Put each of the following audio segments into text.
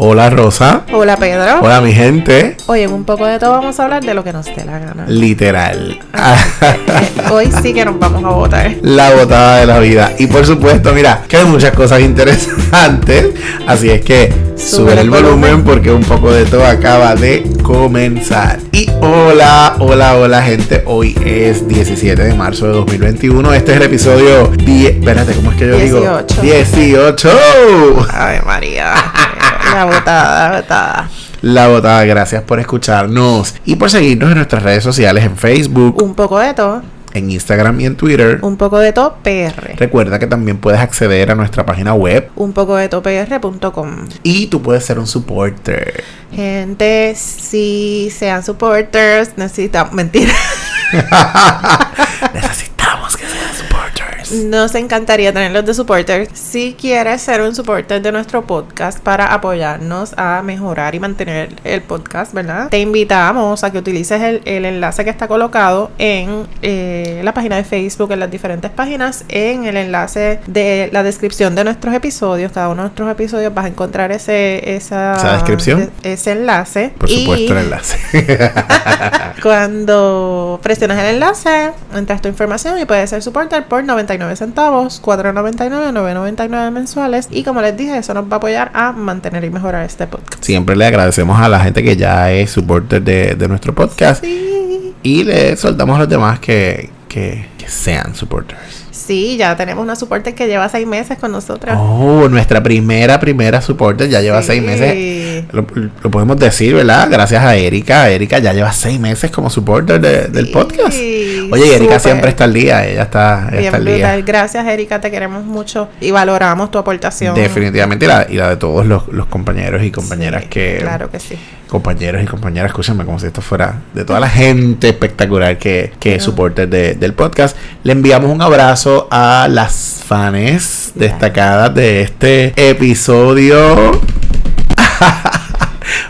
Hola Rosa. Hola Pedro. Hola mi gente. Hoy en un poco de todo vamos a hablar de lo que nos dé la gana. Literal. Eh, Hoy sí que nos vamos a votar. La botada de la vida. Y por supuesto, mira, que hay muchas cosas interesantes. Así es que sube el volumen porque un poco de todo acaba de comenzar. Y hola, hola, hola gente. Hoy es 17 de marzo de 2021. Este es el episodio 10. Espérate, ¿cómo es que yo digo? 18. 18. Ave María. La votada, la votada. La botada, gracias por escucharnos y por seguirnos en nuestras redes sociales, en Facebook, Un poco de todo. en Instagram y en Twitter. Un poco de todo PR. Recuerda que también puedes acceder a nuestra página web Un poco de todo PR.com. y tú puedes ser un supporter. Gente, si sean supporters, necesitamos. Mentira. Necesitamos que sean supporters. Nos encantaría tenerlos de supporters. Si quieres ser un supporter de nuestro podcast para apoyarnos a mejorar y mantener el podcast, ¿verdad? Te invitamos a que utilices el, el enlace que está colocado en eh, la página de Facebook, en las diferentes páginas, en el enlace de la descripción de nuestros episodios. Cada uno de nuestros episodios vas a encontrar ese, esa, ¿Esa descripción? de- ese enlace. Por Y- supuesto, el enlace. cuando presionas el enlace, entras tu información y puedes ser supporter por 99 centavos, 4.99, 9.99 mensuales. Y como les dije, eso nos va a apoyar a mantener y mejorar este podcast. Siempre le agradecemos a la gente que ya es supporter de, de nuestro podcast Sí. y le soltamos a los demás que, que- que sean supporters. Sí, ya tenemos una supporter que lleva seis meses con nosotros. Oh, nuestra primera, primera supporter ya lleva seis meses. Lo, lo podemos decir, ¿verdad? Gracias a Erika. Erika ya lleva seis meses como supporter de- del podcast. Oye, y Erika siempre está al día, ella está, ella Bien está al día. brutal. Gracias, Erika, te queremos mucho y valoramos tu aportación. Definitivamente, y la, y la de todos los, los compañeros y compañeras Sí, que. Claro que sí. Compañeros y compañeras, escúchame como si esto fuera de toda la gente espectacular que, que es Ah. supporter de- del podcast. Le enviamos un abrazo a las fans Ya. destacadas de este episodio.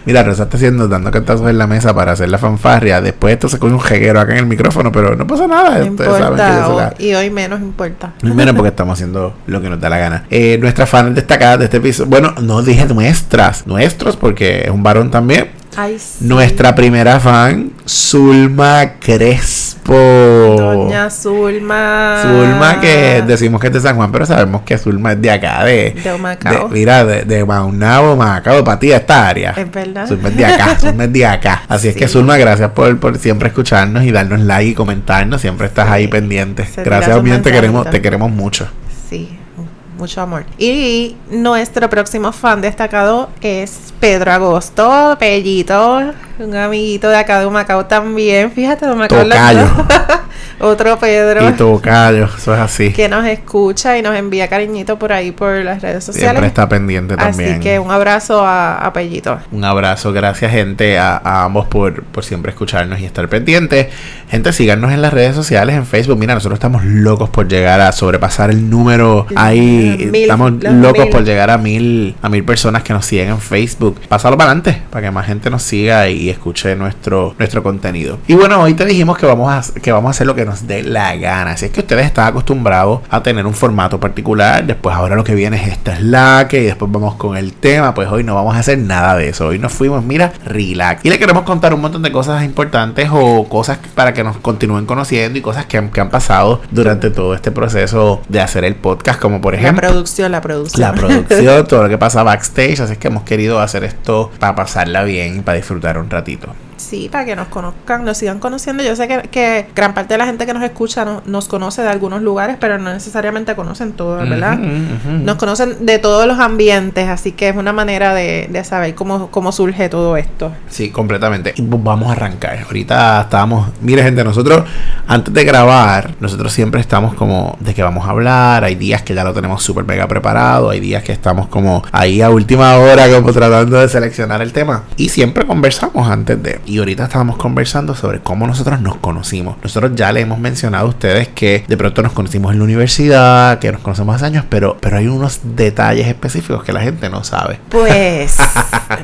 Mira, Rosa está haciendo, dando cantazos en la mesa para hacer la fanfarria. Después esto se escucha un jeguero acá en el micrófono, pero no pasa nada. No Ustedes saben que yo importa. se o- la- Y hoy menos importa. No menos porque estamos haciendo lo que nos da la gana. Eh, nuestras fans destacadas de este episodio. Bueno, no dije nuestras, nuestros, porque es un varón también. Ay, sí. Nuestra primera fan, Zulma Crespo. Doña Zulma. Zulma, que decimos que es de San Juan, pero sabemos que Zulma es de acá, de. De Humacao. de- mira, de, de Maunabo, Macao, Patía, esta área. Es verdad. Zulma es de acá, Zulma es de acá. Así es que Sí. Zulma, gracias por, por siempre escucharnos y darnos like y comentarnos. Siempre estás ahí Sí. pendiente. Se tira Gracias, sus bien, te queremos, mensajitos. te queremos mucho. Sí, mucho amor. Y nuestro próximo fan destacado es Pedro Agosto, Pellito, un amiguito de acá de Humacao también. Fíjate, de Humacao. los Tocayo. dos. Otro Pedro Y tu callo, eso es así. que nos escucha y nos envía cariñito por ahí por las redes Siempre sociales. está pendiente también. Así que un abrazo a, a Pellito. Un abrazo, gracias gente a, a ambos por, por siempre escucharnos y estar pendientes. Gente, síganos en las redes sociales, en Facebook. Mira, nosotros estamos locos por llegar a sobrepasar el número. Ahí Mil, estamos los locos mil. por llegar a mil, a mil personas que nos siguen en Facebook. Pásalo para adelante para que más gente nos siga y escuche nuestro, nuestro contenido. Y bueno, hoy te dijimos que vamos, a, que vamos a hacer lo que nos dé la gana. Así es que ustedes están acostumbrados a tener un formato particular. Después ahora lo que viene es esta es la que y después vamos con el tema. Pues hoy no vamos a hacer nada de eso. Hoy nos fuimos, mira, relax. Y le queremos contar un montón de cosas importantes o cosas para que nos continúen conociendo y cosas que han, que han pasado durante todo este proceso de hacer el podcast. Como por La ejemplo... producción, la producción. La producción, todo lo que pasa backstage, así es que hemos querido hacer esto para pasarla bien y para disfrutar un ratito. Sí, para que nos conozcan, nos sigan conociendo. Yo sé que, que gran parte de la gente que nos escucha no- nos conoce de algunos lugares, pero no necesariamente conocen todo, ¿verdad? Ujú, ujú. Nos conocen de todos los ambientes, así que es una manera de, de saber cómo, cómo surge todo esto. Sí, completamente. Y pues vamos a arrancar. Ahorita estábamos. Mire, gente, nosotros, antes de grabar, nosotros siempre estamos como de que vamos a hablar. Hay días que ya lo tenemos súper mega preparado. Hay días que estamos como ahí a última hora, como tratando de seleccionar el tema. Y siempre conversamos antes de. Y ahorita estábamos conversando sobre cómo nosotros nos conocimos. Nosotros ya le hemos mencionado a ustedes que de pronto nos conocimos en la universidad, que nos conocemos hace años, pero, pero hay unos detalles específicos que la gente no sabe. Pues,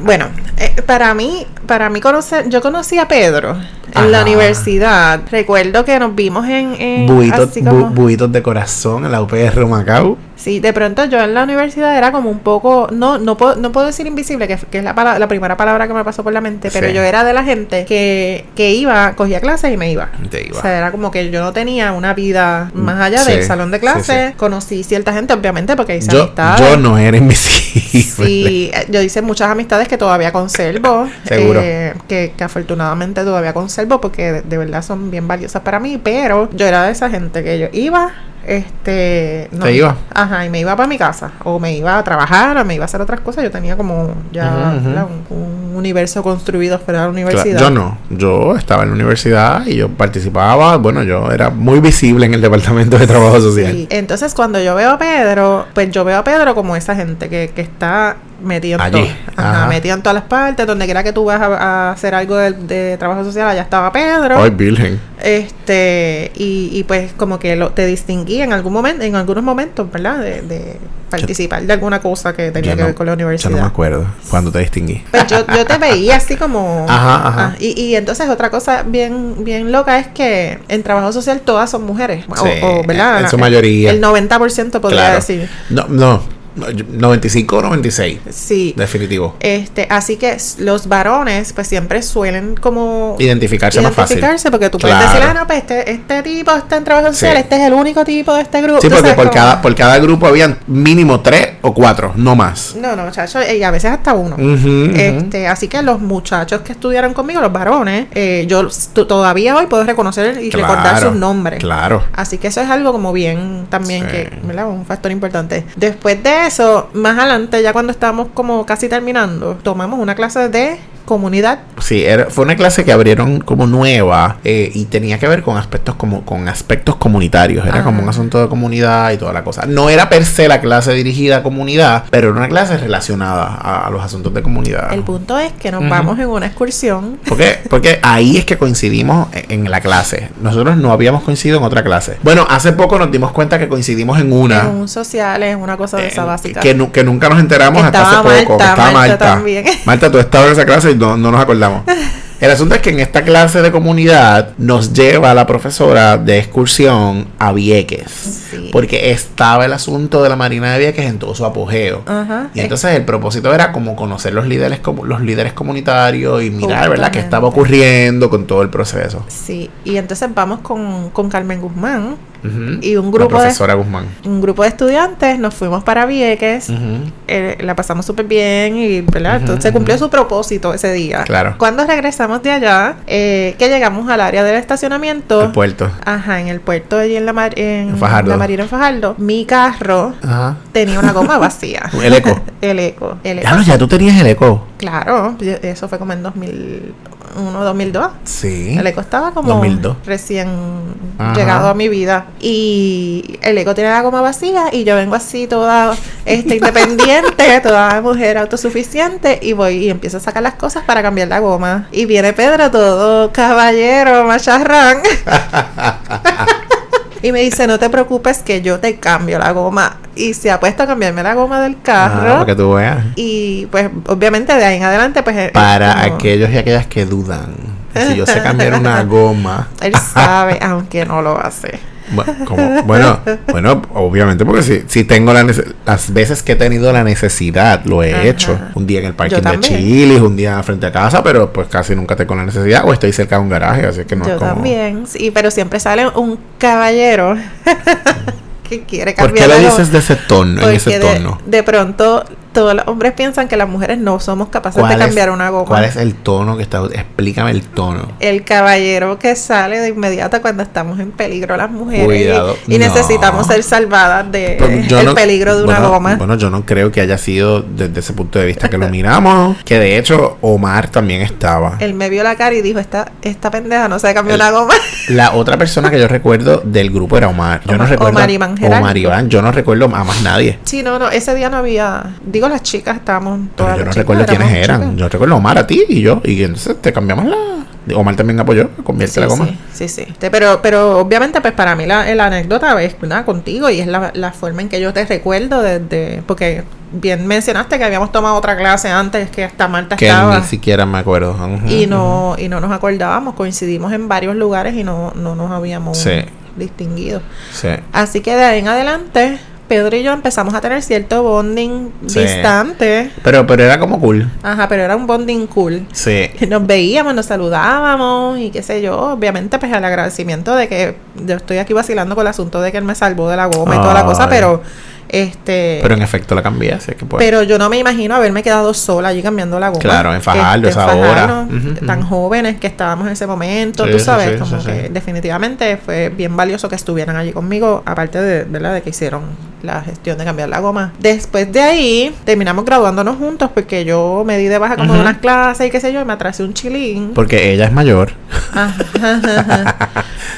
bueno, eh, para mí, para mí conocer, yo conocí a Pedro en la Ajá. universidad. Recuerdo que nos vimos en, en Buitos, así como- bu- buitos de corazón en la UPR Macao. Sí, de pronto yo en la universidad era como un poco, no no puedo, no puedo decir invisible, que, que es la, pala- la primera palabra que me pasó por la mente, pero Sí. yo era de la gente que, que iba, cogía clases y me iba. Te iba. O sea, era como que yo no tenía una vida más allá Sí, del salón de sí, clases. sí. Conocí cierta gente, obviamente, porque hice yo, amistades. yo no era invisible. Sí, eh, yo hice muchas amistades que todavía conservo. Seguro. eh, que, que afortunadamente todavía conservo porque de, de verdad son bien valiosas para mí. Pero yo era de esa gente que yo iba, este. Te iba. Ajá, y me iba para mi casa. O me iba a trabajar, o me iba a hacer otras cosas. Yo tenía como ya Ujú, ujú. ¿verdad? Un, un universo construido fuera de Claro, la universidad. yo no, yo estaba en la universidad y yo participaba, bueno, yo era muy visible en el departamento de trabajo social. Sí, Entonces, cuando yo veo a Pedro, pues yo veo a Pedro como esa gente que, que está metido en Allí, todo. Ajá, ajá. metido en todas las partes, donde quiera que tú vas a, a hacer algo de, de trabajo social, allá estaba Pedro. Ay, virgen. Este, y, y pues como que lo, te distinguí en algún momento, en algunos momentos, ¿verdad? De, de participar de alguna cosa que tenía Yo que no- ver con la Yo universidad. no me acuerdo cuando te distinguí. Pues yo, yo te veía así como... Ajá, ajá. Ah, y, y entonces otra cosa bien bien loca es que en trabajo social todas son mujeres. o- Sí, o, ¿verdad? Eh, en su mayoría. El 90% podría Claro. decir. No, no, no, yo- 95 o 96, Sí. definitivo. Este, así que s- los varones pues siempre suelen como... Identificarse, más identificarse fácil. porque tú puedes Claro. decir, ah, no, pues este, este tipo está en trabajo social, Sí. este es el único tipo de este grupo. Sí, Tú porque sabes por cómo- cada, por cada grupo habían mínimo tres o cuatro, no más. No, no, muchachos, y a veces hasta uno. Ujú, ujú. Este, así que los muchachos que estudiaron conmigo, los varones, eh, yo s- t- todavía hoy puedo reconocer y Claro, recordar sus nombres. Claro. Así que eso es algo como bien también Sí. que, ¿verdad? Un factor importante. Después de eso, más adelante, ya cuando estábamos como casi terminando, tomamos una clase de comunidad. Sí, era- fue una clase que abrieron como nueva eh, y tenía que ver con aspectos como con aspectos comunitarios. Era Ah. como un asunto de comunidad y toda la cosa. No era per se la clase dirigida a comunidad, pero era una clase relacionada a, a los asuntos de comunidad. El punto es que nos Ujú. vamos en una excursión. ¿Por qué? Porque ahí es que coincidimos e, en en la clase. Nosotros no habíamos coincidido en otra clase. Bueno, hace poco nos dimos cuenta que coincidimos en una. En un social, es una cosa de Ah. eh, esa básica. que, nu- que nunca nos enteramos Que hasta hace estaba poco. que Marta, estaba Marta Marta. también. Marta, tú estabas en esa clase y no, no nos acordamos. El asunto es que en esta clase de comunidad nos lleva la profesora de excursión a Vieques. Sí. Porque estaba el asunto de la Marina de Vieques en todo su apogeo. Ajá. Y entonces el propósito era como conocer los líderes, comu- los líderes comunitarios y mirar, ¿verdad?, qué Justamente. estaba ocurriendo con todo el proceso. Sí, y entonces vamos con, con Carmen Guzmán Ujú. y un La grupo de profesora Guzmán. un grupo de estudiantes, nos fuimos para Vieques, Ujú. eh, la pasamos súper bien y ¿verdad? Mm. Ujú, Entonces se cumplió ujú. su propósito ese día. Claro. Cuando regresamos de allá, eh, que llegamos al área del estacionamiento, El puerto. ajá, en el puerto allí en la mar- en En Fajardo. la Marina en Fajardo, mi carro Ajá. tenía una goma vacía. El eco. El eco, el eco. Claro, ya tú tenías el eco. Claro, yo- eso fue como en 2001, 2002. Sí. El eco estaba como 2002. recién Ajá. llegado a mi vida. Y el eco tiene la goma vacía y yo vengo así toda este, independiente, toda mujer autosuficiente y voy y empiezo a sacar las cosas para cambiar la goma. Y viene Pedro todo caballero, macharrán. Y me dice, no te preocupes que yo te cambio la goma. Y se ha puesto a cambiarme la goma del Ah, carro. para que tú veas. Y pues obviamente de ahí en adelante pues... es- es Para como- aquellos y aquellas que dudan. Si yo sé cambiar una goma. Él sabe, aunque no lo hace. Bueno, como- bueno, bueno, obviamente, porque si, si tengo la nece- las veces que he tenido la necesidad, lo he Ajá. hecho. Un día en el parking Yo de también. Chile, un día frente a casa, pero pues casi nunca tengo la necesidad. O estoy cerca de un garaje, así que no Yo es como. también, sí, pero siempre sale un caballero que quiere ¿Por cambiar qué lo algo, dices de ese tono, en porque ese de- tono? De, pronto todos los hombres piensan que las mujeres no somos capaces de ¿Cuál es, cambiar una goma. ¿Cuál es el tono que está? Explícame el tono. El caballero que sale de inmediato cuando estamos en peligro las mujeres y- Cuidado. y, No. necesitamos ser salvadas de Pero yo el no- peligro de una bueno, goma. Bueno, yo no creo que haya sido desde ese punto de vista que lo miramos. Que de hecho, Omar también estaba. Él me vio la cara y dijo, esta, esta pendeja no sabe cambiar El- una goma. La otra persona que yo recuerdo del grupo era Omar. Yo no Omar- recuerdo. Omar Iván Gerardo. Omar Iván, yo no recuerdo a más nadie. Sí, no, no, ese día no había. Digo, las chicas estábamos Pero yo todas. no las chicas, recuerdo quiénes éramos eran. chicas. Yo recuerdo a Omar a ti y yo. Y entonces te cambiamos la. Omar también apoyó, convierte Sí, la goma. sí, sí, sí. Te- Pero, pero obviamente, pues para mí la, la anécdota es ¿verdad? contigo y es la, la forma en que yo te recuerdo desde. Porque bien mencionaste que habíamos tomado otra clase antes que hasta Marta Que estaba. ni siquiera me acuerdo. Ujú, Y ujú. no, y no nos acordábamos, coincidimos en varios lugares y no, no nos habíamos Sí. distinguido. Sí. Así que de ahí en adelante, Pedro y yo empezamos a tener cierto bonding Sí. distante. Pero, pero era como cool. Ajá, pero era un bonding cool. Sí. Nos veíamos, nos saludábamos y qué sé yo. Obviamente, pues el agradecimiento de que yo estoy aquí vacilando con el asunto de que él me salvó de la goma y toda la cosa, Ay. pero este. Pero en efecto la cambié, así que pues. Pero yo no me imagino haberme quedado sola allí cambiando la goma. Claro, en Fajardo, Este, en esa hora. Fajardo, Ujú, ujú. Tan jóvenes que estábamos en ese momento, Sí, tú sí, sabes, sí, como sí, que sí. definitivamente fue bien valioso que estuvieran allí conmigo, aparte de, ¿verdad? de que hicieron la gestión de cambiar la goma. Después de ahí, terminamos graduándonos juntos porque yo me di de baja como de Ujú. unas clases y qué sé yo, y me atrasé un chilín. Porque ella es mayor. Ajá, ajá.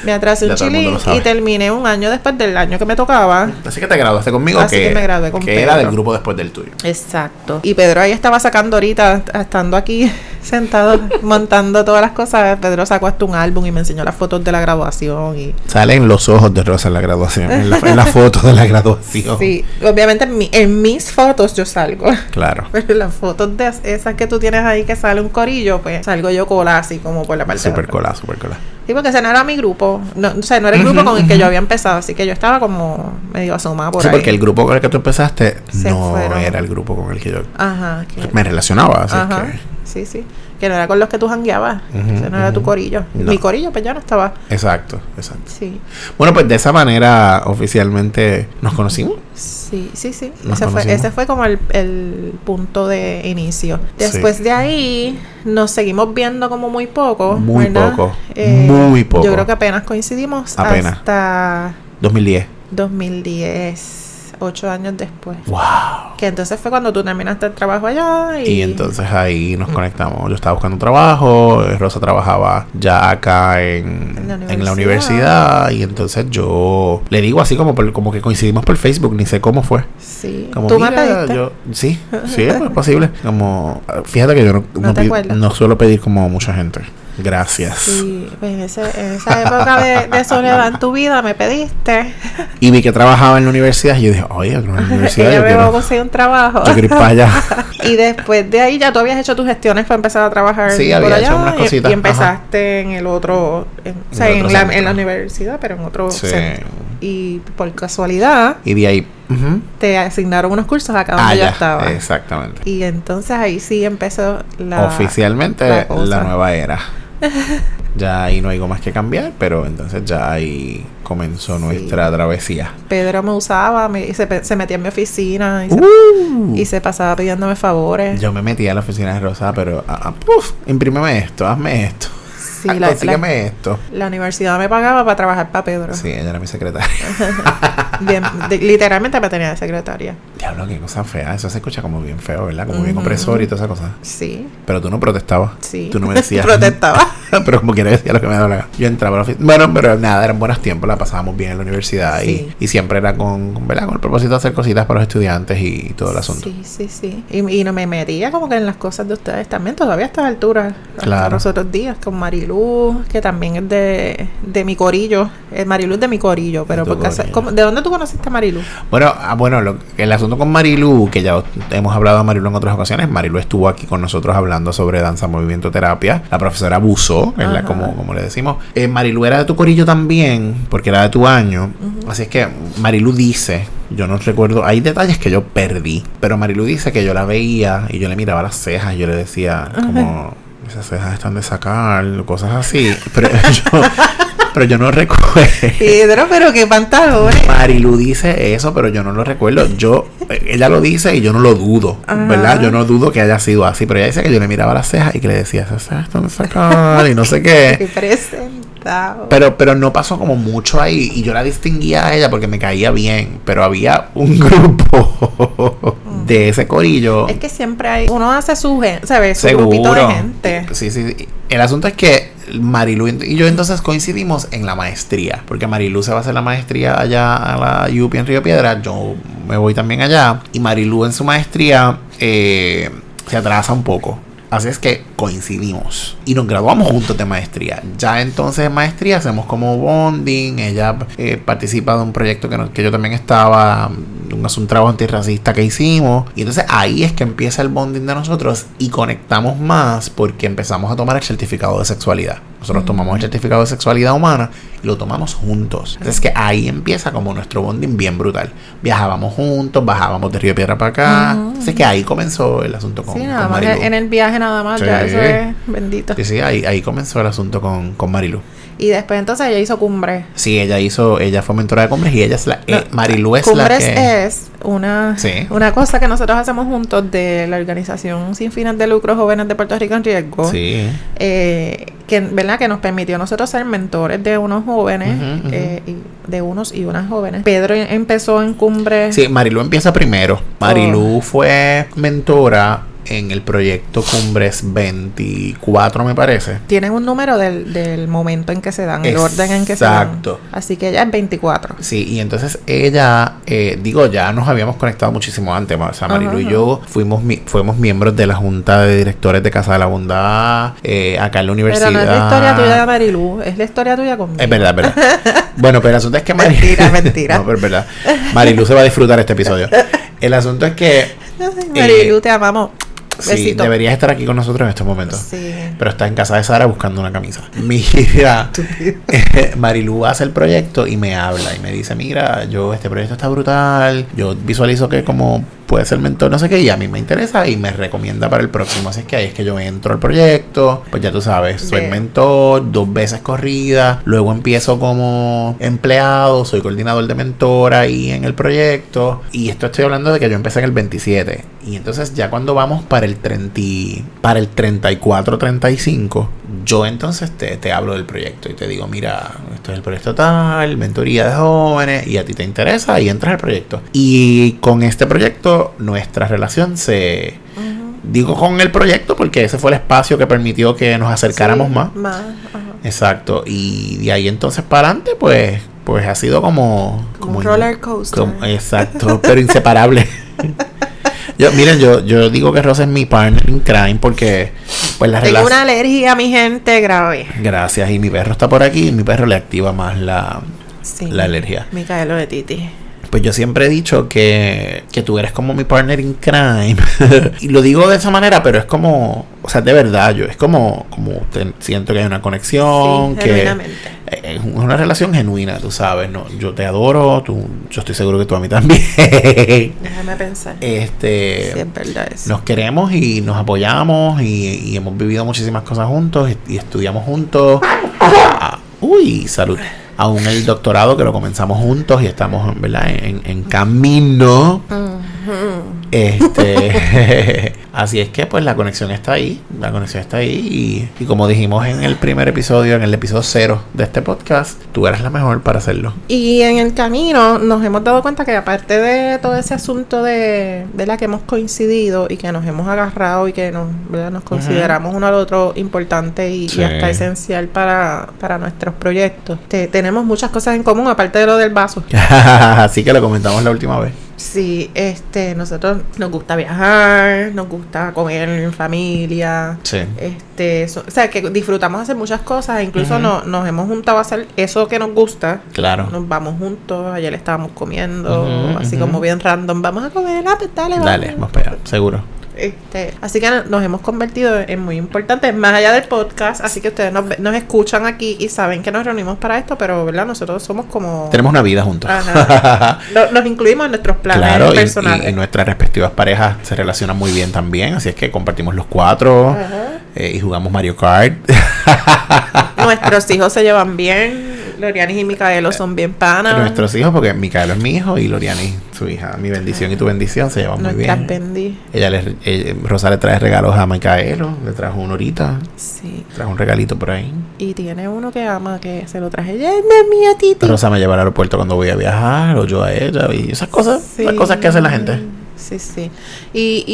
me atrasé un Ya todo el mundo chilín lo sabe. y terminé un año después del año que me tocaba. Así que te graduaste conmigo. Así que me gradué con Que era Pedro. del grupo después del tuyo. Exacto. Y Pedro ahí estaba sacando ahorita, estando aquí sentado, montando todas las cosas. Pedro sacó hasta un álbum y me enseñó las fotos de la graduación. Y... Salen los ojos de Rosa en la graduación. En la, en la foto de la graduación. Sí, obviamente en, mi- en mis fotos yo salgo. Claro. Pero en las fotos de esas que tú tienes ahí que sale un corillo, pues salgo yo cola así como por la parte de Super atrás. cola, super cola. Sí, porque ese no era mi grupo. No, o sea, no era el grupo Ujú, con el que ujú. yo había empezado. Así que yo estaba como medio asomada por sí, ahí. porque el grupo con el que tú empezaste Se no fueron. era el grupo con el que yo Ajá. que- Pues me relacionaba. Así Ajá, sí, sí. Que no era con los que tú jangueabas. Ujú, Ese no era tu ujú. corillo. No. Mi corillo, pues ya no estaba. que. Exacto, exacto. Sí, Bueno, pues de esa manera oficialmente nos conocimos. sí, sí, sí. Nos Ese fue, conocimos. ese fue como el, el punto de inicio. Después Sí. de ahí, nos seguimos viendo como muy poco. Muy ¿verdad? Eh, poco, muy poco. Yo creo que apenas coincidimos Apenas. hasta 2010. 2010, ocho años después. ¡Wow! Que entonces fue cuando tú terminaste el trabajo allá y, Y entonces ahí nos conectamos. Yo estaba buscando trabajo, eh, Rosa trabajaba ya acá en, En en la la, universidad. universidad. Y entonces yo le digo así como, por- como que coincidimos por Facebook, ni sé cómo fue. sí. Como, tú me "Mira, pediste. yo- sí, sí, es posible. Como, fíjate que yo no, ¿No te pi- acuerdas? no suelo pedir como mucha gente. Gracias. Sí, pues en, ese- en esa época de, de soledad en tu vida me pediste. Y vi que trabajaba en la universidad y yo dije, oye, en la universidad Ella yo me va a quiero, conseguir un trabajo. yo quiero ir para allá. Y después de ahí ya tú habías hecho tus gestiones para empezar a trabajar Sí, por había allá hecho unas y- cositas, ajá. y, empezaste en el otro, en- o sea, En el en, otro la, centro. en la universidad, pero en otro Sí. centro. Y por casualidad Y de ahí, ujú, te asignaron unos cursos acá donde yo allá. estaba. Exactamente. Y entonces ahí sí empezó la... Oficialmente la la, cosa. nueva era. ya ahí no hay algo más que cambiar, pero entonces ya ahí comenzó Sí. nuestra travesía. Pedro me usaba, me- y se, pe- se metía en mi oficina y, se- Uh. y se pasaba pidiéndome favores. Yo me metí a la oficina de Rosa, pero ah, ah, puf, imprímeme esto, hazme esto, Sí, ah, la- la, consígueme esto. La universidad me pagaba para trabajar para Pedro. Sí, ella era mi secretaria. Bien, de- literalmente me tenía de secretaria. Diablo, qué cosa fea. Eso se escucha como bien feo, ¿verdad? Como bien Ujú. opresor y toda esa cosa. Sí, Pero tú no protestabas. sí. Tú no me decías. Protestaba. pero como quiera decía lo que me daba la gana. Yo entraba a la oficina. Bueno, pero nada, eran buenos tiempos, la pasábamos bien en la universidad Sí. y, y siempre era con, con, ¿verdad? con el propósito de hacer cositas para los estudiantes y todo el asunto. Sí, sí, sí. Y, y no me metía como que en las cosas de ustedes también, todavía a estas alturas. hasta Claro. Los otros días con Mariluz, que también es de, de mi corillo. Eh, Mariluz de mi corillo, pero tu por casa- corillo. ¿cómo- ¿de dónde tú conociste a Mariluz? Bueno, ah, bueno lo- el asunto con Marilu, que ya hemos hablado de Marilu en otras ocasiones, Marilu estuvo aquí con nosotros hablando sobre danza, movimiento, terapia. La profesora Buzo, es la Ajá. como, como le decimos. Eh, Marilu era de tu corillo también, porque era de tu año. Así es que Marilu dice, yo no recuerdo, hay detalles que yo perdí, pero Marilu dice que yo la veía y yo le miraba las cejas y yo le decía como... Esas cejas están de sacar, cosas así. Pero yo, pero yo no recuerdo. Pedro, pero qué pantalones. Marilu dice eso, pero yo no lo recuerdo. Yo, eh, ella lo dice y yo no lo dudo, Ajá. ¿verdad? Yo no dudo que haya sido así, pero ella dice que yo le miraba las cejas y que le decía, esas cejas están de sacar y no sé Qué qué. presentado. Pero, pero no pasó como mucho ahí y yo la distinguía a ella porque me caía bien, pero había un grupo de ese corillo. es que siempre hay. Uno hace su, gen- ¿sabes? su Seguro. pues, grupito de gente. Sí, sí, sí. El asunto es que Marilu y yo entonces coincidimos en la maestría, porque Marilu se va a hacer la maestría allá a la UP en Río Piedra, yo me voy también allá, y Marilu en su maestría eh, se atrasa un poco. Así es que coincidimos y nos graduamos juntos de maestría. Ya entonces en maestría hacemos como bonding, ella eh, participa de un proyecto que, no- que yo también estaba, un, un trabajo antirracista que hicimos. Y entonces ahí es que empieza el bonding de nosotros y conectamos más porque empezamos a tomar el certificado de sexualidad. Nosotros Mm. tomamos el certificado de sexualidad humana y lo tomamos juntos. Entonces es que ahí empieza como nuestro bonding bien brutal. Viajábamos juntos, bajábamos de Río Piedra para acá. Ujú. Entonces es que ahí comenzó el asunto con, Ah. sí, con nada más. Marilu. En el viaje nada más, ya Sí. eso es bendito. Sí, sí, ahí, ahí comenzó el asunto con, con Marilu. Y después entonces ella hizo Cumbre. Sí, ella hizo, ella fue mentora de Cumbres y ella es la, eh, Marilu es Cumbres la que... es una, Sí. una cosa que nosotros hacemos juntos de la organización sin fines de lucro Jóvenes de Puerto Rico en Riesgo. Sí, eh, que, ¿verdad? que nos permitió a nosotros ser mentores de unos jóvenes, Ujú, ujú. eh, y- de unos y unas jóvenes. Pedro em, empezó en Cumbre. sí, Marilu empieza primero. Oh. Marilu fue mentora en el proyecto Cumbres 24, me parece. Tienen un número del, del momento en que se dan, el orden en que se dan. Exacto. Así que ella es 24. Sí, y entonces ella, eh, digo, ya nos habíamos conectado muchísimo antes. O sea, Marilu Ajá, y ajá. yo fuimos, mi- fuimos miembros de la Junta de Directores de Casa de la Bondad, eh, acá en la Pero universidad. no es la historia tuya de Marilu, es la historia tuya conmigo. Ah. Es verdad, es verdad. Bueno, pero el asunto es que Marilu. Mentira, mentira. no, pero es verdad. Marilu se va a disfrutar este episodio. El asunto es que. Ay, Marilu, te amamos. Eh, Sí, Besito. deberías estar aquí con nosotros en estos momentos. Sí. Pero está en casa de Sara buscando una camisa. Mira, eh, Marilu hace el proyecto y me habla y me dice, mira, yo este proyecto está brutal, yo visualizo que como puede ser mentor, no sé qué, y a mí me interesa y me recomienda para el próximo. Así es que ahí es que yo entro al proyecto, pues ya tú sabes, soy Bien. mentor, dos veces corrida, luego empiezo como empleado, soy coordinador de mentor ahí en el proyecto, y esto estoy hablando de que yo empecé en el 27, y entonces ya cuando vamos para el 30, y- para el 34, 35, yo entonces te, te hablo del proyecto y te digo, mira, esto es el proyecto tal, mentoría de jóvenes, y a ti te interesa y entras al proyecto. Y con este proyecto nuestra relación se... Ujú. Digo con el proyecto porque ese fue el espacio que permitió que nos acercáramos Sí, más. ajá. Exacto. Y de ahí entonces para adelante, pues, pues ha sido como... Como un in- roller coaster. como- exacto, pero inseparable. yo, miren, yo, yo digo que Rosa es mi partner in crime porque pues la Tengo una relación... alergia a mi gente grave. Gracias, y mi perro está por aquí y mi perro le activa más la, Sí. la alergia. Micaelo de Titi. Pues yo siempre he dicho que, que tú eres como mi partner in crime. y lo digo de esa manera, pero es como, o sea, de verdad, yo es como, como te- siento que hay una conexión, sí, que genuinamente. Eh, es una relación genuina, tú sabes, no, yo te adoro, tú, yo estoy seguro que tú a mí también. Déjame pensar. este, Sí, es verdad eso. nos queremos y nos apoyamos y, y hemos vivido muchísimas cosas juntos y, y estudiamos juntos. Ah, uy, salud. Aún el doctorado que lo comenzamos juntos y estamos ¿verdad? En, en camino. Ujú. Este, así es que pues la conexión está ahí, la conexión está ahí y, y como dijimos en el primer episodio, en el episodio cero de este podcast, tú eres la mejor para hacerlo. Y en el camino nos hemos dado cuenta que aparte de todo ese asunto de, de la que hemos coincidido y que nos hemos agarrado y que nos, ¿verdad? nos consideramos uno al otro importante y, y Sí. hasta esencial para, para nuestros proyectos, te- tenemos muchas cosas en común aparte de lo del vaso. así que lo comentamos la última vez. Sí, este, nosotros nos gusta viajar, nos gusta comer en familia, Sí. este, so- o sea, que disfrutamos hacer muchas cosas, incluso Ujú. no- nos hemos juntado a hacer eso que nos gusta. Claro. Nos vamos juntos, ayer estábamos comiendo, Ujú, así ujú. como bien random, vamos a comer, ah, pues dale, vamos. Dale, vamos para allá, seguro. Este, así que nos hemos convertido en muy importantes, más allá del podcast, así que ustedes nos, ve- nos escuchan aquí y saben que nos reunimos para esto, pero, ¿verdad? Nosotros somos como... Tenemos una vida juntos. Ajá. Lo- Los incluimos en nuestros planes claro, y- personales. y, y nuestras respectivas parejas se relacionan muy bien también, así es que compartimos los cuatro Ajá. eh, y jugamos Mario Kart. Nuestros hijos se llevan bien. Lorianis y Micaelo son bien panas. Nuestros hijos, porque Micaelo es mi hijo y Loriani su hija. Mi bendición y tu bendición se llevan muy Ah. Nuestras bien. bendí. Ella le, ella- Rosa le trae regalos a Micaelo, le trajo uno ahorita, Sí. le trajo un regalito por ahí. Y tiene uno que ama que se lo traje. ella es mi Titi. Rosa me lleva al aeropuerto cuando voy a viajar, o yo a ella, y esas cosas, las Sí. cosas que hace la gente. Sí, sí. Y,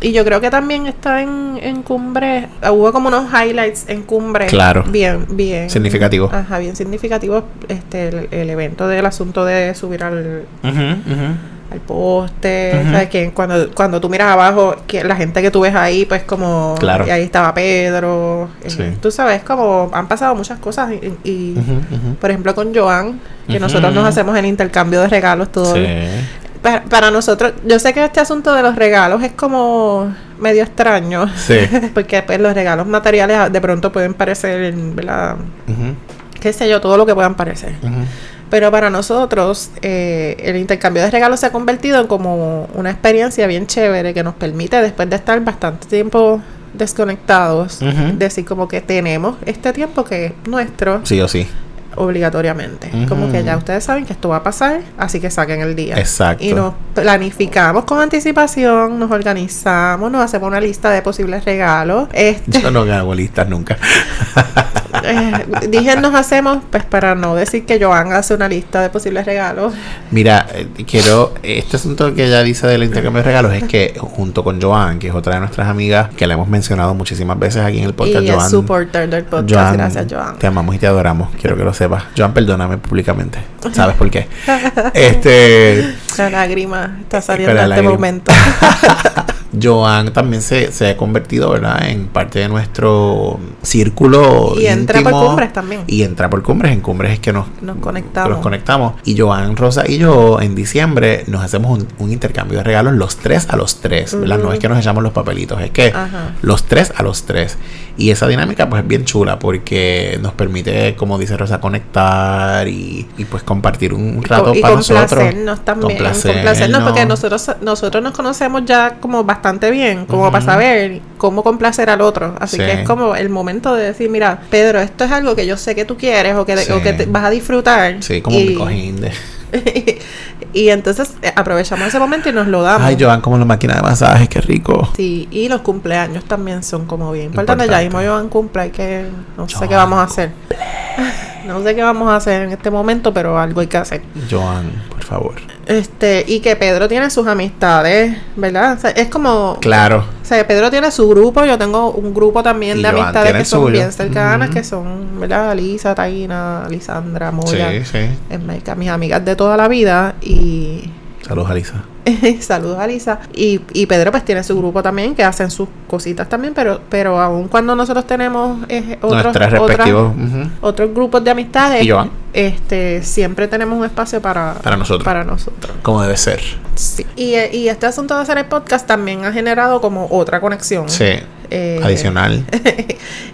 y, y yo creo que también está en, en cumbre. Hubo como unos highlights en cumbre. Claro. Bien, bien. Significativo. Ajá, bien significativos. Este, el, el evento del asunto de subir al, Ujú, ujú. al poste, Ujú. ¿sabes? Que cuando, cuando tú miras abajo, que la gente que tú ves ahí, pues como Claro. y ahí estaba Pedro, eh, Sí. tú sabes, como han pasado muchas cosas y, y, Ujú, ujú. por ejemplo con Joan, que Ujú. nosotros nos hacemos el intercambio de regalos todo. Sí. para, para nosotros, yo sé que este asunto de los regalos es como medio extraño, Sí. porque pues, los regalos materiales ah, de pronto pueden parecer, ¿verdad? Ujú, qué sé yo, todo lo que puedan parecer. ujú. Pero para nosotros, eh, el intercambio de regalos se ha convertido en como una experiencia bien chévere que nos permite, después de estar bastante tiempo desconectados, Ujú. decir como que tenemos este tiempo que es nuestro Sí o sí. obligatoriamente. Como que Ujú. ya ustedes saben que esto va a pasar, así que saquen el día. Exacto. Y nos planificamos con anticipación, nos organizamos, nos hacemos una lista de posibles regalos. Este, Yo no hago listas nunca. eh, dije nos hacemos, pues para no decir que Joan hace una lista de posibles regalos. Mira, eh, quiero. Este asunto que ella dice del intercambio de regalos es que junto con Joan, que es otra de nuestras amigas, que la hemos mencionado muchísimas veces aquí en el podcast, y Joan. es supporter del podcast. Joan, Gracias, Joan. Te amamos y te adoramos. Quiero que lo sepas. Joan, perdóname públicamente. ¿Sabes por qué? Este. La lágrima está Con saliendo la en este lágrima. momento. Joan también se, se ha convertido, ¿verdad?, en parte de nuestro círculo. y entra por íntimo. cumbres también. Y entra por cumbres. En cumbres es que nos, Nos conectamos. nos conectamos. Y Joan, Rosa y yo, en diciembre, nos hacemos un, un intercambio de regalos los tres a los tres. ¿verdad? No es que nos echamos los papelitos, es que Ajá. los tres a los tres. Y esa dinámica, pues, es bien chula porque nos permite, como dice Rosa, conectar y, y, pues, compartir un, un rato y para nosotros. complacernos también. Complacernos. Complacernos, porque nosotros, nosotros nos conocemos ya como bastante bien, como Ujú. para saber cómo complacer al otro. Así Sí. que es como el momento de decir, mira, Pedro, esto es algo que yo sé que tú quieres o que, Sí. o que te- vas a disfrutar. Sí, como y, un cojín de. y entonces eh, aprovechamos ese momento y nos lo damos. Ay, Joan, como la máquina de masajes, qué rico. Sí, y los cumpleaños también son como bien importantes. Ya Importante. mismo Joan cumple, hay que. No sé qué Joan vamos a hacer. No sé qué vamos a hacer en este momento, pero algo hay que hacer. Joan, por favor. Este, y que Pedro tiene sus amistades, ¿verdad? O sea, es como. Claro. O sea, Pedro tiene su grupo, yo tengo un grupo también Y de Joan amistades tiene que el son suyo. bien cercanas, Ujú. que son, ¿verdad? Lisa, Taina, Lisandra, Moya. Sí, sí. Es Marca, mis amigas de toda la vida. Y Saludos, Alisa. Saludos a Lisa. Y, y Pedro pues tiene su grupo también, que hacen sus cositas también, pero, pero aun cuando nosotros tenemos eh, otros, Nuestras otras- respectivos. ujú. otros grupos de amistades, Y Joan. este siempre tenemos un espacio para, Para nosotros. Para nosotros. Como debe ser. Sí. Y, eh, y este asunto de hacer el podcast también ha generado como otra conexión. Sí. Eh, Adicional.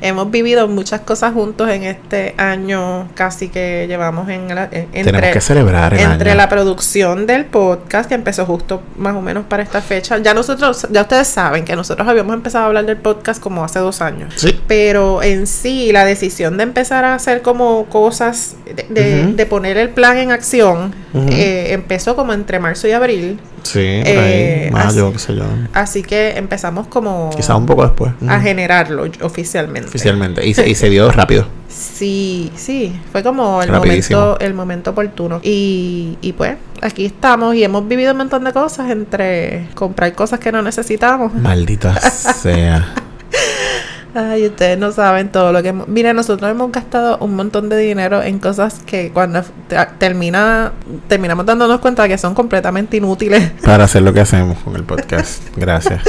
Hemos vivido muchas cosas juntos en este año casi que llevamos en, la, en- entre, Tenemos que celebrar el entre año. la producción del podcast que empezó justo más o menos para esta fecha. Ya nosotros, ya ustedes saben que nosotros habíamos empezado a hablar del podcast como hace dos años. Sí. Pero en sí, la decisión de empezar a hacer como cosas, de, de- Ujú. de poner el plan en acción, Ujú. eh, empezó como entre marzo y abril. Sí, por Eh, ahí. Mayo, así- qué sé yo. Así que empezamos como Quizás un poco después. Ujú. a generarlo oficialmente. Oficialmente. Y se, y se dio rápido. Sí, sí, fue como el Rapidísimo. momento, el momento oportuno. Y, y pues, aquí estamos y hemos vivido un montón de cosas entre comprar cosas que no necesitamos. Maldita sea. Ay, ustedes no saben todo lo que hemos... Mira, nosotros hemos gastado un montón de dinero en cosas que cuando te- termina, terminamos dándonos cuenta de que son completamente inútiles. Para hacer lo que hacemos con el podcast. Gracias.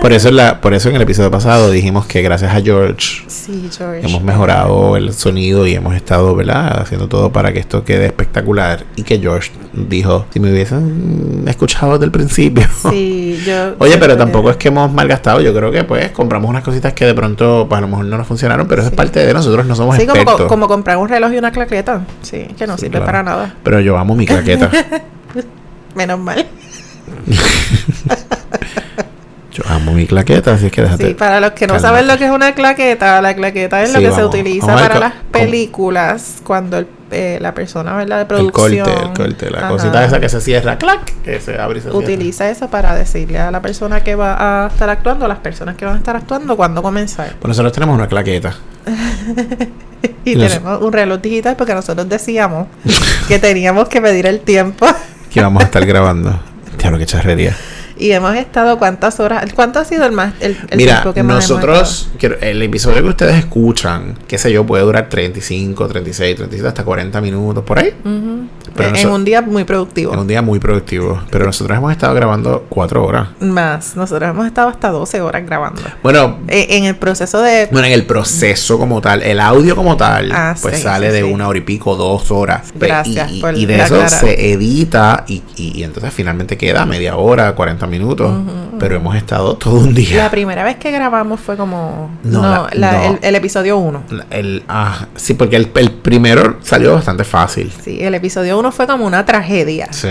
Por eso, en la, por eso en el episodio pasado dijimos que gracias a George Sí, George. hemos mejorado el sonido y hemos estado, ¿verdad? Haciendo todo para que esto quede espectacular. Y que George dijo, si me hubiesen escuchado desde el principio. Sí, yo... Oye, pero tampoco es que hemos malgastado. Yo creo que pues compramos unas cositas que de pronto pues, a lo mejor no nos funcionaron, pero eso Sí. es parte de nosotros, no somos Sí, como, expertos. co- como comprar un reloj y una claqueta. Sí, que no Sí, sirve claro. para nada. Pero yo amo mi claqueta. Menos mal. Yo amo mi claqueta, así es que déjate. Sí, para los que no Cálmate. saben lo que es una claqueta, la claqueta es lo Sí, que se vamos. utiliza Vamos al para co- las com- películas cuando el- eh, la persona, ¿verdad? De el corte, producción. el corte, la ajá, cosita esa que se cierra, clac, que se abre y se cierra. Utiliza eso para decirle a la persona que va a estar actuando, a las personas que van a estar actuando, cuándo comenzar. Pues nosotros tenemos una claqueta. Y Y nos- tenemos un reloj digital porque nosotros decíamos que teníamos que medir el tiempo que vamos a estar grabando. Claro, qué charrería. Y hemos estado cuántas horas, ¿cuánto ha sido el más el, el Mira, tiempo que más hemos nosotros, quiero- el episodio que ustedes escuchan, qué sé yo, puede durar 35, 36, 37, hasta 40 minutos, por ahí. estado? Ujú. Eh, Pero en noso- un día muy productivo. Es un día muy productivo. Pero nosotros hemos estado grabando cuatro horas. Más, nosotros hemos estado hasta 12 horas grabando. Bueno, Eh, en el proceso de... bueno, en el proceso como tal, el audio como tal, Ah, pues sí, sale sí, de sí. una hora y pico, dos horas. Pe- Gracias Y, y- por y de la eso aclara- se edita y, y- y entonces finalmente queda media hora, 40 minutos. Pero hemos estado todo un La día. primera vez que grabamos fue como... No, No, la- la- no. El, el episodio 1. El, ah, sí, porque el, el primero salió bastante fácil. Sí, el episodio 1 fue como una tragedia. Sí.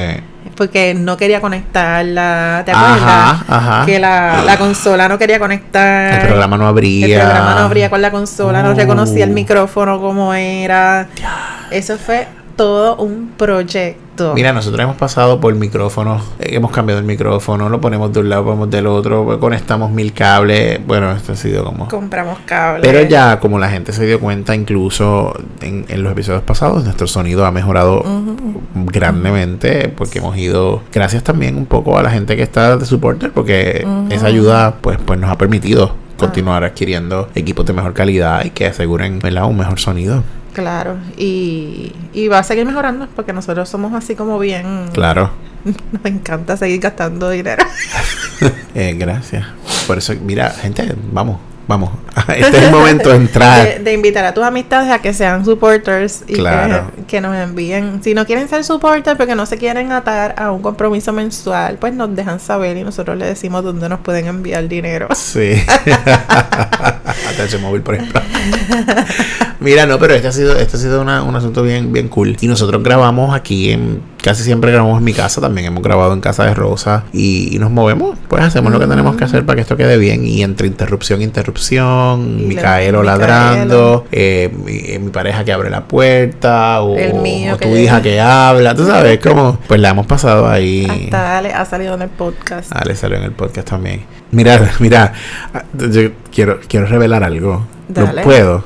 Porque no quería conectarla, ¿te acuerdas? Ajá, ajá. Que la, la consola no quería El conectar. programa no abría. El programa no abría con la consola, no reconocía el Uh. micrófono como era. Eso fue todo un proyecto. Mira, nosotros hemos pasado por micrófonos, eh, hemos cambiado el micrófono, lo ponemos de un lado, ponemos del otro, pues, conectamos mil cables. Bueno, esto ha sido como. Compramos cables. Pero ya, como la gente se dio cuenta, incluso en, en los episodios pasados, nuestro sonido ha mejorado Ujú. grandemente, porque hemos ido, gracias también un poco a la gente que está de supporter, porque Ujú. esa ayuda pues, pues nos ha permitido continuar adquiriendo equipos de mejor calidad y que aseguren ¿verdad? un mejor sonido. Claro. Y, y va a seguir mejorando porque nosotros somos así como bien. Claro. Nos encanta seguir gastando dinero. Eh, gracias. Por eso, mira, gente, vamos, vamos. Este es el momento de De, entrar. de invitar a tus amistades a que sean supporters y que- Claro. que, nos envíen. Si no quieren ser supporters porque no se quieren atar a un compromiso mensual, pues nos dejan saber y nosotros les decimos dónde nos pueden enviar dinero. Sí. Atención móvil, por ejemplo. Mira, no, pero este ha sido, este ha sido una- un asunto bien, bien cool. Y nosotros grabamos aquí en, casi siempre grabamos en mi casa, también hemos grabado en casa de Rosa y, y nos movemos, pues hacemos lo que tenemos que hacer para que esto quede bien. Y entre interrupción, interrupción, Mm. Y la- Micaelo Micaelo. ladrando, eh, mi, mi pareja que abre la puerta, o, El mío o que tu llega. hija que habla, tú sabes cómo, pues la hemos pasado ahí. Hasta Ale Ah, ha salido en el podcast. Ah, le salió en el podcast también. Mira, mira, ah, yo quiero, quiero revelar algo. No Dale. puedo.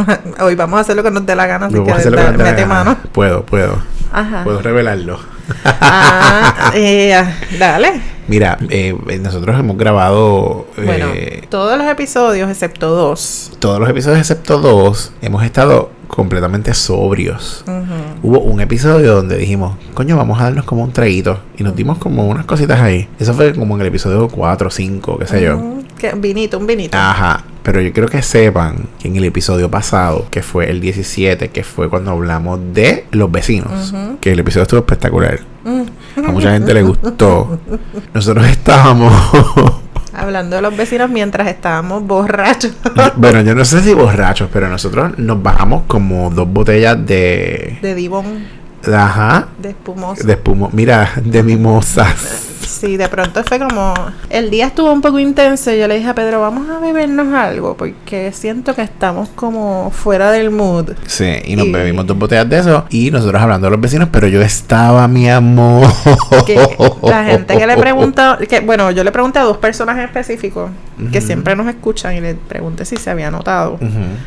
Hoy vamos a hacer lo que nos dé la gana, así No que puedo hacerlo da- con la mete gana. mano. Puedo, puedo. Ajá. Puedo revelarlo. Ah, eh, dale. Mira, eh, eh, nosotros hemos grabado eh, Bueno, todos los episodios excepto dos. todos los episodios excepto dos. Hemos estado completamente sobrios. Ujú. Hubo un episodio donde dijimos, coño, vamos a darnos como un traguito. Y nos dimos como unas cositas ahí. Eso fue como en el episodio 4 o 5, qué sé yo. Ah, Ujú. Que- Mm, vinito, un vinito. Ajá, pero yo quiero que sepan que en el episodio pasado, que fue el 17, que fue cuando hablamos de los vecinos, Ujú. que el episodio estuvo espectacular, Mm. a mucha gente le gustó. Nosotros estábamos, Hablando de los vecinos mientras estábamos borrachos. bueno, yo no sé si borrachos, pero nosotros nos bajamos como dos botellas de, De Divón, ajá, de espumoso. de espumo, mira, de mimosas. Sí, de pronto fue como... El día estuvo un poco intenso y yo le dije a Pedro, vamos a bebernos algo porque siento que estamos como fuera del mood. Sí, y nos Y- bebimos dos botellas de eso y nosotros hablando de los vecinos, pero yo estaba, mi amor. que la gente que le pregunta, que bueno, yo le pregunté a dos personas en específico que Ujú. siempre nos escuchan y le pregunté si se había notado. Ujú.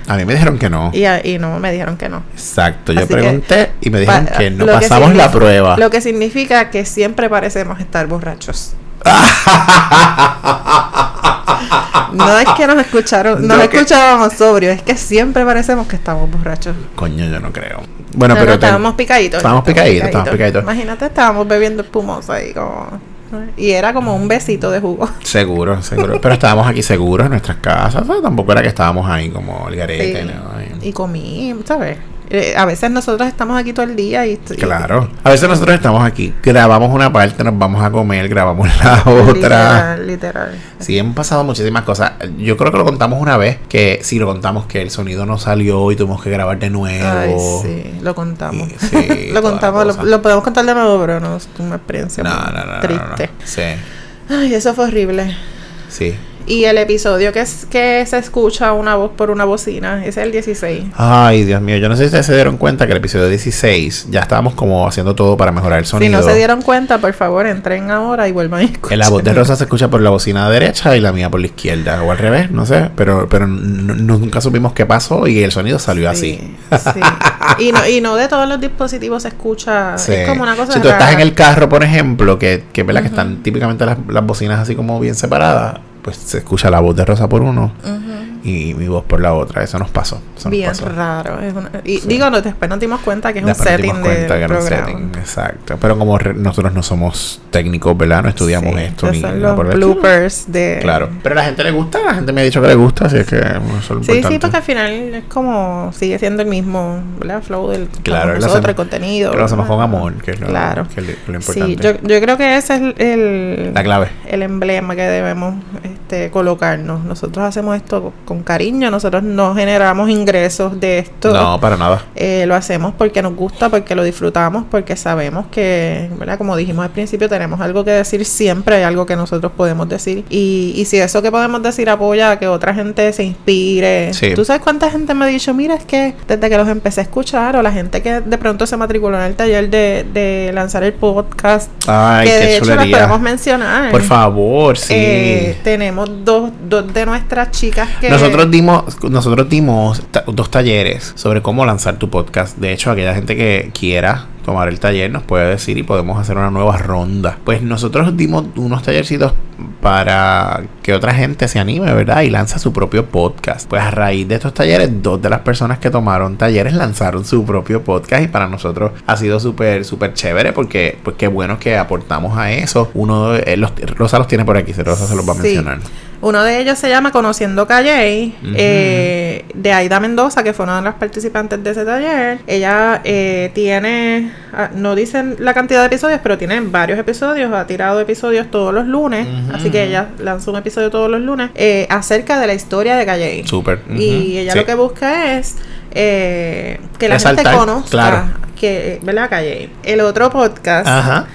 A mí me dijeron que no. Y, a- y no, me dijeron que no. Exacto, yo Así que- pregunté y me dijeron Pa- que no lo que pasamos la significa- prueba. Lo que significa que siempre parecemos estar borrachos. Ah, No es que nos escucharon, nos No, que- escuchábamos sobrios, es que siempre parecemos que estamos borrachos. Coño, yo no creo. Bueno, No, pero no, te- estábamos picaditos. estábamos picaditos, estábamos picaditos. Imagínate, estábamos bebiendo espumoso ahí como... Y era como un besito de jugo. seguro, seguro. pero estábamos aquí seguros en nuestras casas. O sea, tampoco era que estábamos ahí como el garete. ¿eh? Sí. ¿no? Ay. Y comí, ¿sabes? Eh, a veces nosotros estamos aquí todo el día y... y- Claro. A veces nosotros estamos aquí, grabamos una parte, nos vamos a comer, grabamos la otra. Literal, literal. Sí, han pasado muchísimas cosas. Yo creo que lo contamos una vez, que sí, lo contamos que el sonido no salió y tuvimos que grabar de Ay, nuevo. sí, lo contamos. Y- sí, toda lo la contamos, lo, cosa. lo podemos contar de nuevo, pero no es una experiencia No, muy no, no, no, no, no. triste. Sí, Ay, eso fue horrible. sí. Y el episodio que, es, que se escucha una voz por una bocina es el 16. Ay, Dios mío, yo no sé si ustedes se dieron cuenta que el episodio 16 ya estábamos como haciendo todo para mejorar el Si sonido. no se dieron cuenta, por favor, entren ahora y vuelvan a escuchar. Eh, La voz de Rosa se escucha por la bocina derecha y la mía por la izquierda o al revés, no sé, pero, pero n- n- nunca supimos qué pasó y el sonido salió así. Sí, sí. Y, no, y no de todos los dispositivos se escucha. Sí. Es como una cosa si tú estás rara. en el carro, por ejemplo, que, que, ¿verdad? que están típicamente las, las bocinas así como bien separadas, pues se escucha la voz de Rosa por uno Ujú. y mi voz por la otra. Eso nos pasó. Eso nos Bien pasó. raro. es una- y Sí. digo, no, después nos dimos cuenta que es Después un nos setting dimos del cuenta que era un programa. setting, exacto. Pero como re- nosotros no somos técnicos, ¿verdad? No estudiamos Sí, esto esos ni son nada por los el estilo. bloopers de. Claro. Pero a la gente le gusta, la gente me ha dicho que le gusta, así es que bueno, eso es lo Sí, sí, importante. porque al final es como sigue siendo el mismo ¿verdad? flow del Claro, con lo nosotros, hacemos- el contenido. Lo hacemos ¿verdad? con amor, que es lo, Claro. que es lo- que es lo Sí, importante. yo, yo creo que ese es el, el- La clave. el emblema que debemos este, colocarnos. Nosotros hacemos esto con cariño, nosotros no generamos ingresos de esto. No, para nada. Eh, lo hacemos porque nos gusta, porque lo disfrutamos, porque sabemos que, ¿verdad? Como dijimos al principio, tenemos algo que decir siempre, hay algo que nosotros podemos decir. Y, y si eso que podemos decir apoya a que otra gente se inspire. Sí. ¿Tú sabes cuánta gente me ha dicho, mira, es que desde que los empecé a escuchar, o la gente que de pronto se matriculó en el taller de, de lanzar el podcast, Ay, que de qué hecho las podemos chulería. mencionar. Por favor, sí. Eh, tenemos dos, dos de nuestras chicas que... Nosotros dimos, nosotros dimos ta- dos talleres sobre cómo lanzar tu podcast. De hecho, aquella gente que quiera tomar el taller nos puede decir y podemos hacer una nueva ronda. Pues nosotros dimos unos tallercitos para que otra gente se anime, ¿verdad? Y lanza su propio podcast. Pues a raíz de estos talleres, dos de las personas que tomaron talleres lanzaron su propio podcast y para nosotros ha sido súper, súper chévere porque pues qué bueno que aportamos a eso. Uno, de- eh, los, Rosa los tiene por aquí, Rosa se los va a Sí. mencionar. Uno de ellos se llama Conociendo Calle, Ujú. eh, de Aida Mendoza, que fue una de las participantes de ese taller. Ella eh, tiene, ah, no dicen la cantidad de episodios, pero tiene varios episodios, ha tirado episodios todos los lunes, Ujú. así que ella lanza un episodio todos los lunes eh, acerca de la historia de Calle. Súper. Y ella Ujú. lo Sí. que busca es eh, que la Resaltar, gente conozca claro. que, ¿verdad? Calle. El otro podcast Ajá.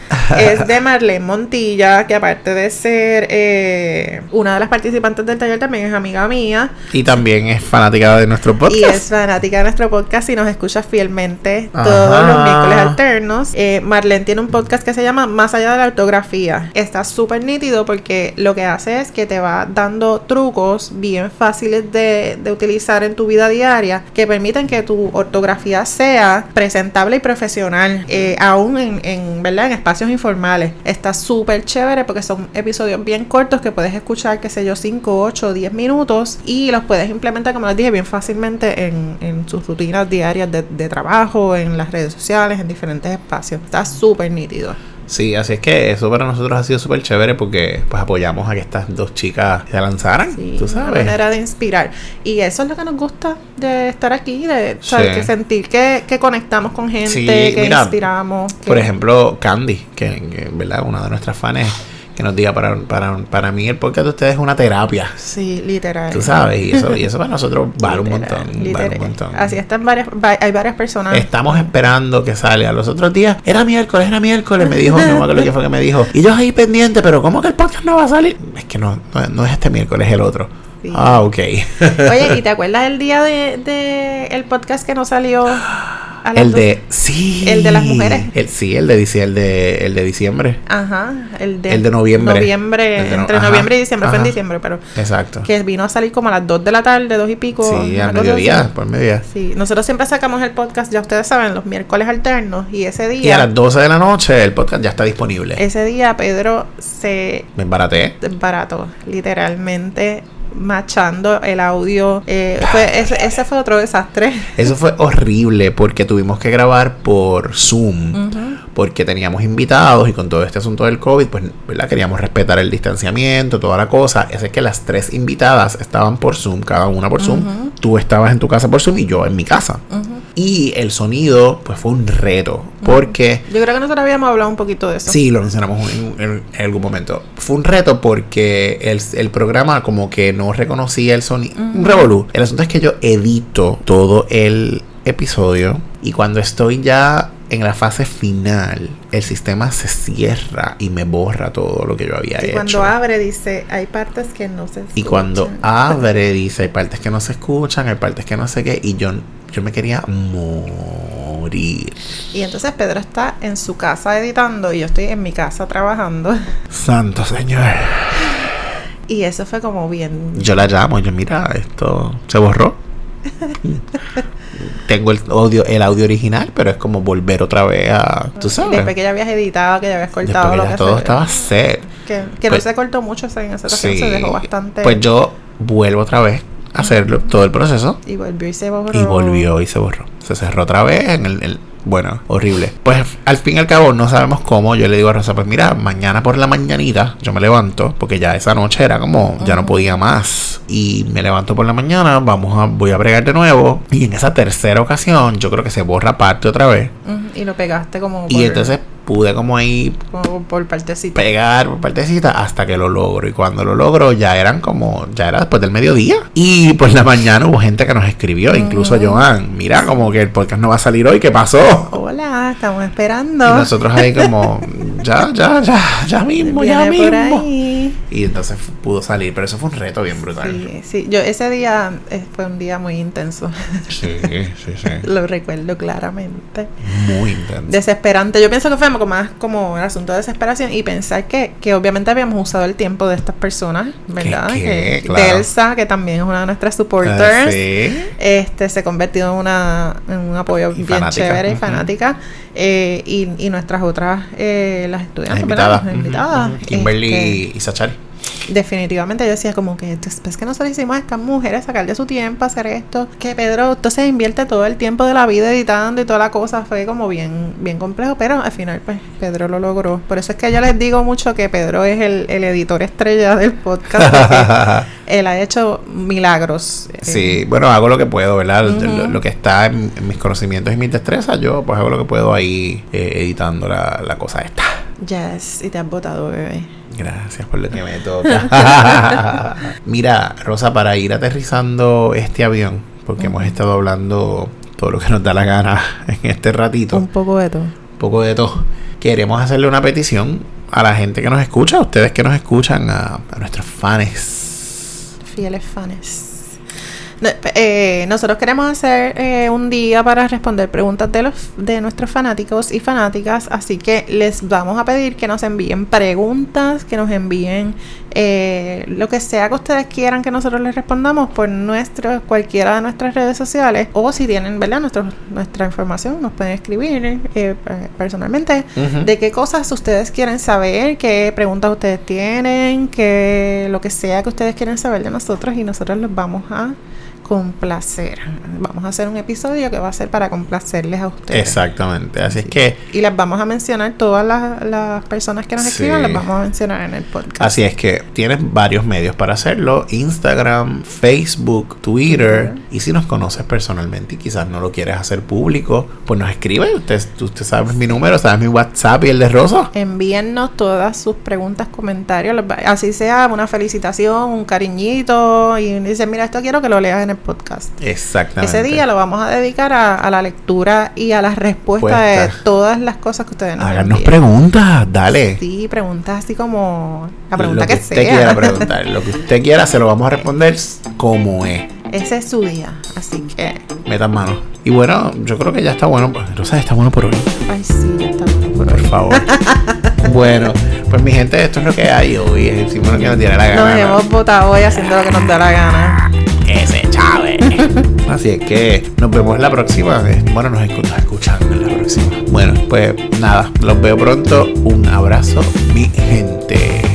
es de Marlene Montilla, que aparte de ser eh, una de las participantes del taller, también es amiga mía Y también es fanática de nuestro podcast. y es fanática de nuestro podcast y nos escucha fielmente Ajá. todos los miércoles alternos. Eh, Marlene tiene un podcast que se llama Más allá de la ortografía. Está súper nítido porque lo que hace es que te va dando trucos bien fáciles de, de utilizar en tu vida diaria que permiten que tu ortografía sea presentable y profesional, eh, aún en, en, ¿verdad? en espacios informales. Está súper chévere porque son episodios bien cortos que puedes escuchar, qué sé yo, 5, 8, 10 minutos y los puedes implementar, como les dije, bien fácilmente en, en sus rutinas diarias de, de trabajo, en las redes sociales, en diferentes espacios. Está súper nítido. Sí, así es que eso para nosotros ha sido súper chévere porque pues apoyamos a que estas dos chicas se lanzaran, Sí, tú Una sabes. manera de inspirar. Y eso es lo que nos gusta de estar aquí, de o sea, Sí. que sentir que, que conectamos con gente, Sí, que mira, inspiramos. que- Por ejemplo, Candy, que, que, verdad, una de nuestras fans que nos diga para, para, para mí el podcast de ustedes es una terapia. Sí, literal. Tú sabes, y eso, y eso para nosotros vale un Literal, montón. Vale literal. un montón. Eh, Así están varias, va- hay varias personas. Estamos esperando que salga. Los otros días, era miércoles, era miércoles. Me dijo, no me acuerdo qué fue que me dijo. Y yo ahí pendiente, pero ¿cómo que el podcast no va a salir? Es que no, no, no es este miércoles, es el otro. Sí. Ah, ok. Oye, ¿y te acuerdas el día de, de el podcast que no salió? a las El doce? de. Sí. El de las mujeres. El, sí, el de, dici- el de, el de diciembre. Ajá, el de, El de noviembre. noviembre, El de no- entre ajá, noviembre y diciembre, fue en ajá. diciembre, pero Exacto. que vino a salir como a las 2 de la tarde, dos y pico. Sí, una al cosa así. mediodía, por mediodía. Sí, nosotros siempre sacamos el podcast, ya ustedes saben, los miércoles alternos y ese Y a día las 12 de la noche el podcast ya está disponible. ese día Pedro se Me embaraté. barato, literalmente machando el audio. Eh, fue- ese, ese fue otro desastre. Eso fue horrible porque tuvimos que grabar por Zoom. Mm. porque teníamos invitados y con todo este asunto del COVID, pues, ¿verdad? Queríamos respetar el distanciamiento, toda la cosa. Así que las tres invitadas estaban por Zoom, cada una por Zoom. Ujú. Tú estabas en tu casa por Zoom y yo en mi casa. Ujú. Y el sonido, pues fue un reto, Mm. porque... Yo creo que nosotros habíamos hablado un poquito de eso. Sí, lo mencionamos en, en- en algún momento. Fue un reto porque el, el programa como que no reconocía el sonido. Un revolú. El asunto es que yo edito todo el episodio y cuando estoy ya en la fase final el sistema se cierra y me borra todo lo que yo había Y hecho. cuando abre dice, hay partes que no se Y cuando escuchan". abre, dice, hay partes que no se escuchan, hay partes que no sé qué, y yo, yo me quería morir. Y entonces Pedro está en su casa editando y yo estoy en mi casa trabajando. Santo Señor. Y eso fue como bien... Yo la llamo, yo, mira, esto se borró. Tengo el audio, el audio original, pero es como volver otra vez a. Tú sabes. Después que ya habías editado, que ya habías Después cortado que lo ya que todo se- estaba set. Que, que Pues- no se cortó mucho esa- en esa ocasión, se dejó bastante... Pues yo vuelvo otra vez a hacerlo todo el proceso. Y volvió y se borró. Y volvió y se borró. Se cerró otra vez en el, el- Bueno, horrible. Pues al fin y al cabo no sabemos cómo. Yo le digo a Rosa, pues mira, mañana por la mañanita yo me levanto, porque ya esa noche era como, ya no podía más. Y me levanto por la mañana, vamos a, voy a bregar de nuevo. Y en esa tercera ocasión yo creo que se borra parte otra vez. Ujú, Y lo pegaste como Y entonces pude como ahí como por partecita. pegar por partecita hasta que lo logro. Y cuando lo logro, ya eran como, ya era después del mediodía. Y por la mañana hubo gente que nos Mm. escribió, incluso Joan, mira como que el podcast no va a salir hoy, ¿qué pasó? Hola, estamos Y esperando. nosotros ahí como, ya, ya, ya, ya mismo, ya Viene por mismo. ahí. Y entonces fu- pudo salir, pero eso fue un reto bien brutal. Sí, sí, yo ese día eh, fue un día muy intenso, Sí, sí, sí. lo recuerdo claramente. Muy intenso. Desesperante, yo pienso que fue como más como un asunto de desesperación y pensar que, que obviamente habíamos usado el tiempo de estas personas, ¿verdad? qué? Que- Claro. De Elsa, que también es una de nuestras Ah, supporters. sí. este se convirtió en, una, en un apoyo Y bien fanática. chévere y Ujú. fanática. eh, y, y nuestras otras, eh, las Las estudiantes, invitadas. ¿verdad? Las invitadas, Ujú, ujú. Kimberly este, y Sachari. definitivamente yo decía como que después que nosotros hicimos a estas mujeres sacarle su tiempo, hacer esto, que Pedro entonces invierte todo el tiempo de la vida editando y toda la cosa, fue como bien, bien complejo, pero al final pues Pedro lo logró. Por eso es que yo les digo mucho que Pedro es el, el editor estrella del podcast. porque Él ha hecho milagros. eh, Sí, bueno, hago lo que puedo, ¿verdad? Lo- Ujú. lo, lo que está en, en mis conocimientos y mis destrezas, yo pues hago lo que puedo ahí eh, editando la, la cosa esta. Yes, y te has votado, bebé. Gracias por lo que me toca. Mira, Rosa, para ir aterrizando este avión, porque hemos estado hablando todo lo que nos da la gana en este ratito, Un poco de todo. poco de todo. Queremos hacerle una petición a la gente que nos escucha, a ustedes que nos escuchan, a, a nuestros fans. Fieles fans. No, eh, nosotros queremos hacer eh, un día para responder preguntas de, los, de nuestros fanáticos y fanáticas, así que les vamos a pedir que nos envíen preguntas, que nos envíen eh, lo que sea que ustedes quieran que nosotros les respondamos por nuestro, cualquiera de nuestras redes sociales o si tienen ¿verdad? Nuestro, nuestra información nos pueden escribir eh, pe- personalmente Ujú. de qué cosas ustedes quieren saber, qué preguntas ustedes tienen, qué lo que sea que ustedes quieren saber de nosotros y nosotros los vamos a complacer. Vamos a hacer un episodio que va a ser para complacerles a ustedes. Exactamente, así es que... Y las vamos a mencionar, todas las, las personas que nos Sí. escriban las vamos a mencionar en el podcast. Así es que tienes varios medios para hacerlo: Instagram, Facebook, Twitter. Y si nos conoces personalmente y quizás no lo quieres hacer público, pues nos escribe. Usted, usted sabe mi número, sabes mi WhatsApp y el de Rosa. Envíennos todas sus preguntas, comentarios, los va- así sea una felicitación, un cariñito y dicen, mira, esto quiero que lo leas en el podcast. Exactamente. Ese día lo vamos a dedicar a, a la lectura y a las respuestas de Puesta. todas las cosas que ustedes nos Háganos envíen. preguntas, dale. Sí, preguntas así como la pregunta lo que, que, usted quiera sea. preguntar, lo que usted quiera, se lo vamos a responder como es. Ese es su día, así que, Metan mano. Y bueno, yo creo que ya está bueno. pues, Rosa, está bueno por hoy. ay sí, ya está bueno por Por hoy. favor. bueno, pues mi gente, esto es lo que hay hoy. Hicimos lo que nos diera la Nos gana. hemos votado hoy haciendo lo que nos da la gana. Ese Chávez. Así es que nos vemos la próxima. eh, Bueno, nos escu- nos escuchan en la próxima. Bueno, pues nada, los veo pronto. Un abrazo, mi gente.